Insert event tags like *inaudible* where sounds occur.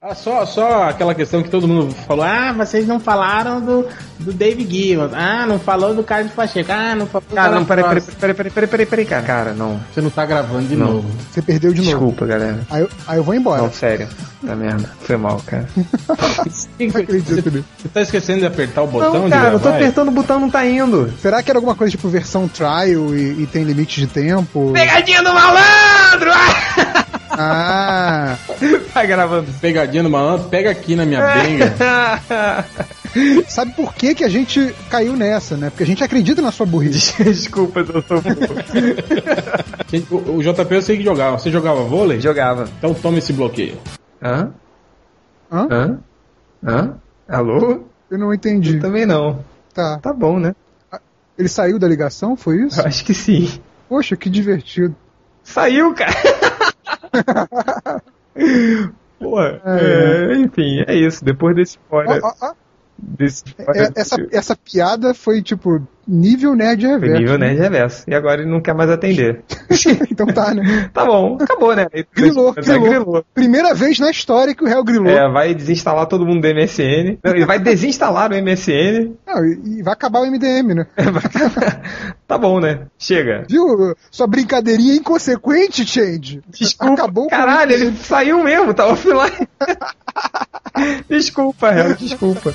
Ah, só, só aquela questão que todo mundo falou: ah, vocês não falaram do, do David Gibbons, ah, não falou do Carlos Pacheco, ah, não falou do Cara, não, peraí, Carlos peraí, Costa." peraí, peraí, peraí, peraí, peraí, cara. Cara, não. Você não tá gravando de Não. novo. Você perdeu de novo. Desculpa, galera. Aí, eu- aí eu vou embora. Não, sério. Tá merda. Foi mal, cara. Não acredito nisso. Você tá esquecendo de apertar o botão Não, de Então, cara, eu tô gravar? apertando o botão, não tá indo. Será que era alguma coisa tipo versão trial e, e tem limite de tempo? Pegadinha do malandro! *laughs* Ah, tá gravando. Pegadinha no malandro, pega aqui na minha É. benga. sabe por que, que a gente caiu nessa, né? Porque a gente acredita na sua *laughs* burrice. Desculpa, eu sou burro. Gente, O, o JP eu sei que jogava. Você jogava vôlei? Jogava. Então toma esse bloqueio. Hã? Hã? Hã? Hã? Alô? Eu não entendi. Também não. Tá. Tá bom, né? Ele saiu da ligação, foi isso? Eu acho que sim. Poxa, que divertido. Saiu, *laughs* cara. Porra, é, enfim, é isso. Depois desse spoiler. Ó, ó, ó, Desse spoiler é- essa, essa piada foi tipo nível nerd é foi reverso. nível nerd reverso. E agora ele não quer mais *laughs* atender. Então tá, né? Tá bom, acabou, né? Aí, Grilou, tá, grilou. Primeira vez na história que o réu grilou. É, vai desinstalar todo mundo do MSN. Não, ele vai desinstalar o MSN. Não, e, e vai acabar o MDM, né? *laughs* tá bom, né? Chega. Viu? Sua brincadeirinha inconsequente, Change. Desculpa. Acabou *laughs* com Caralho, ele saiu mesmo, tá offline. desculpa, Real, desculpa.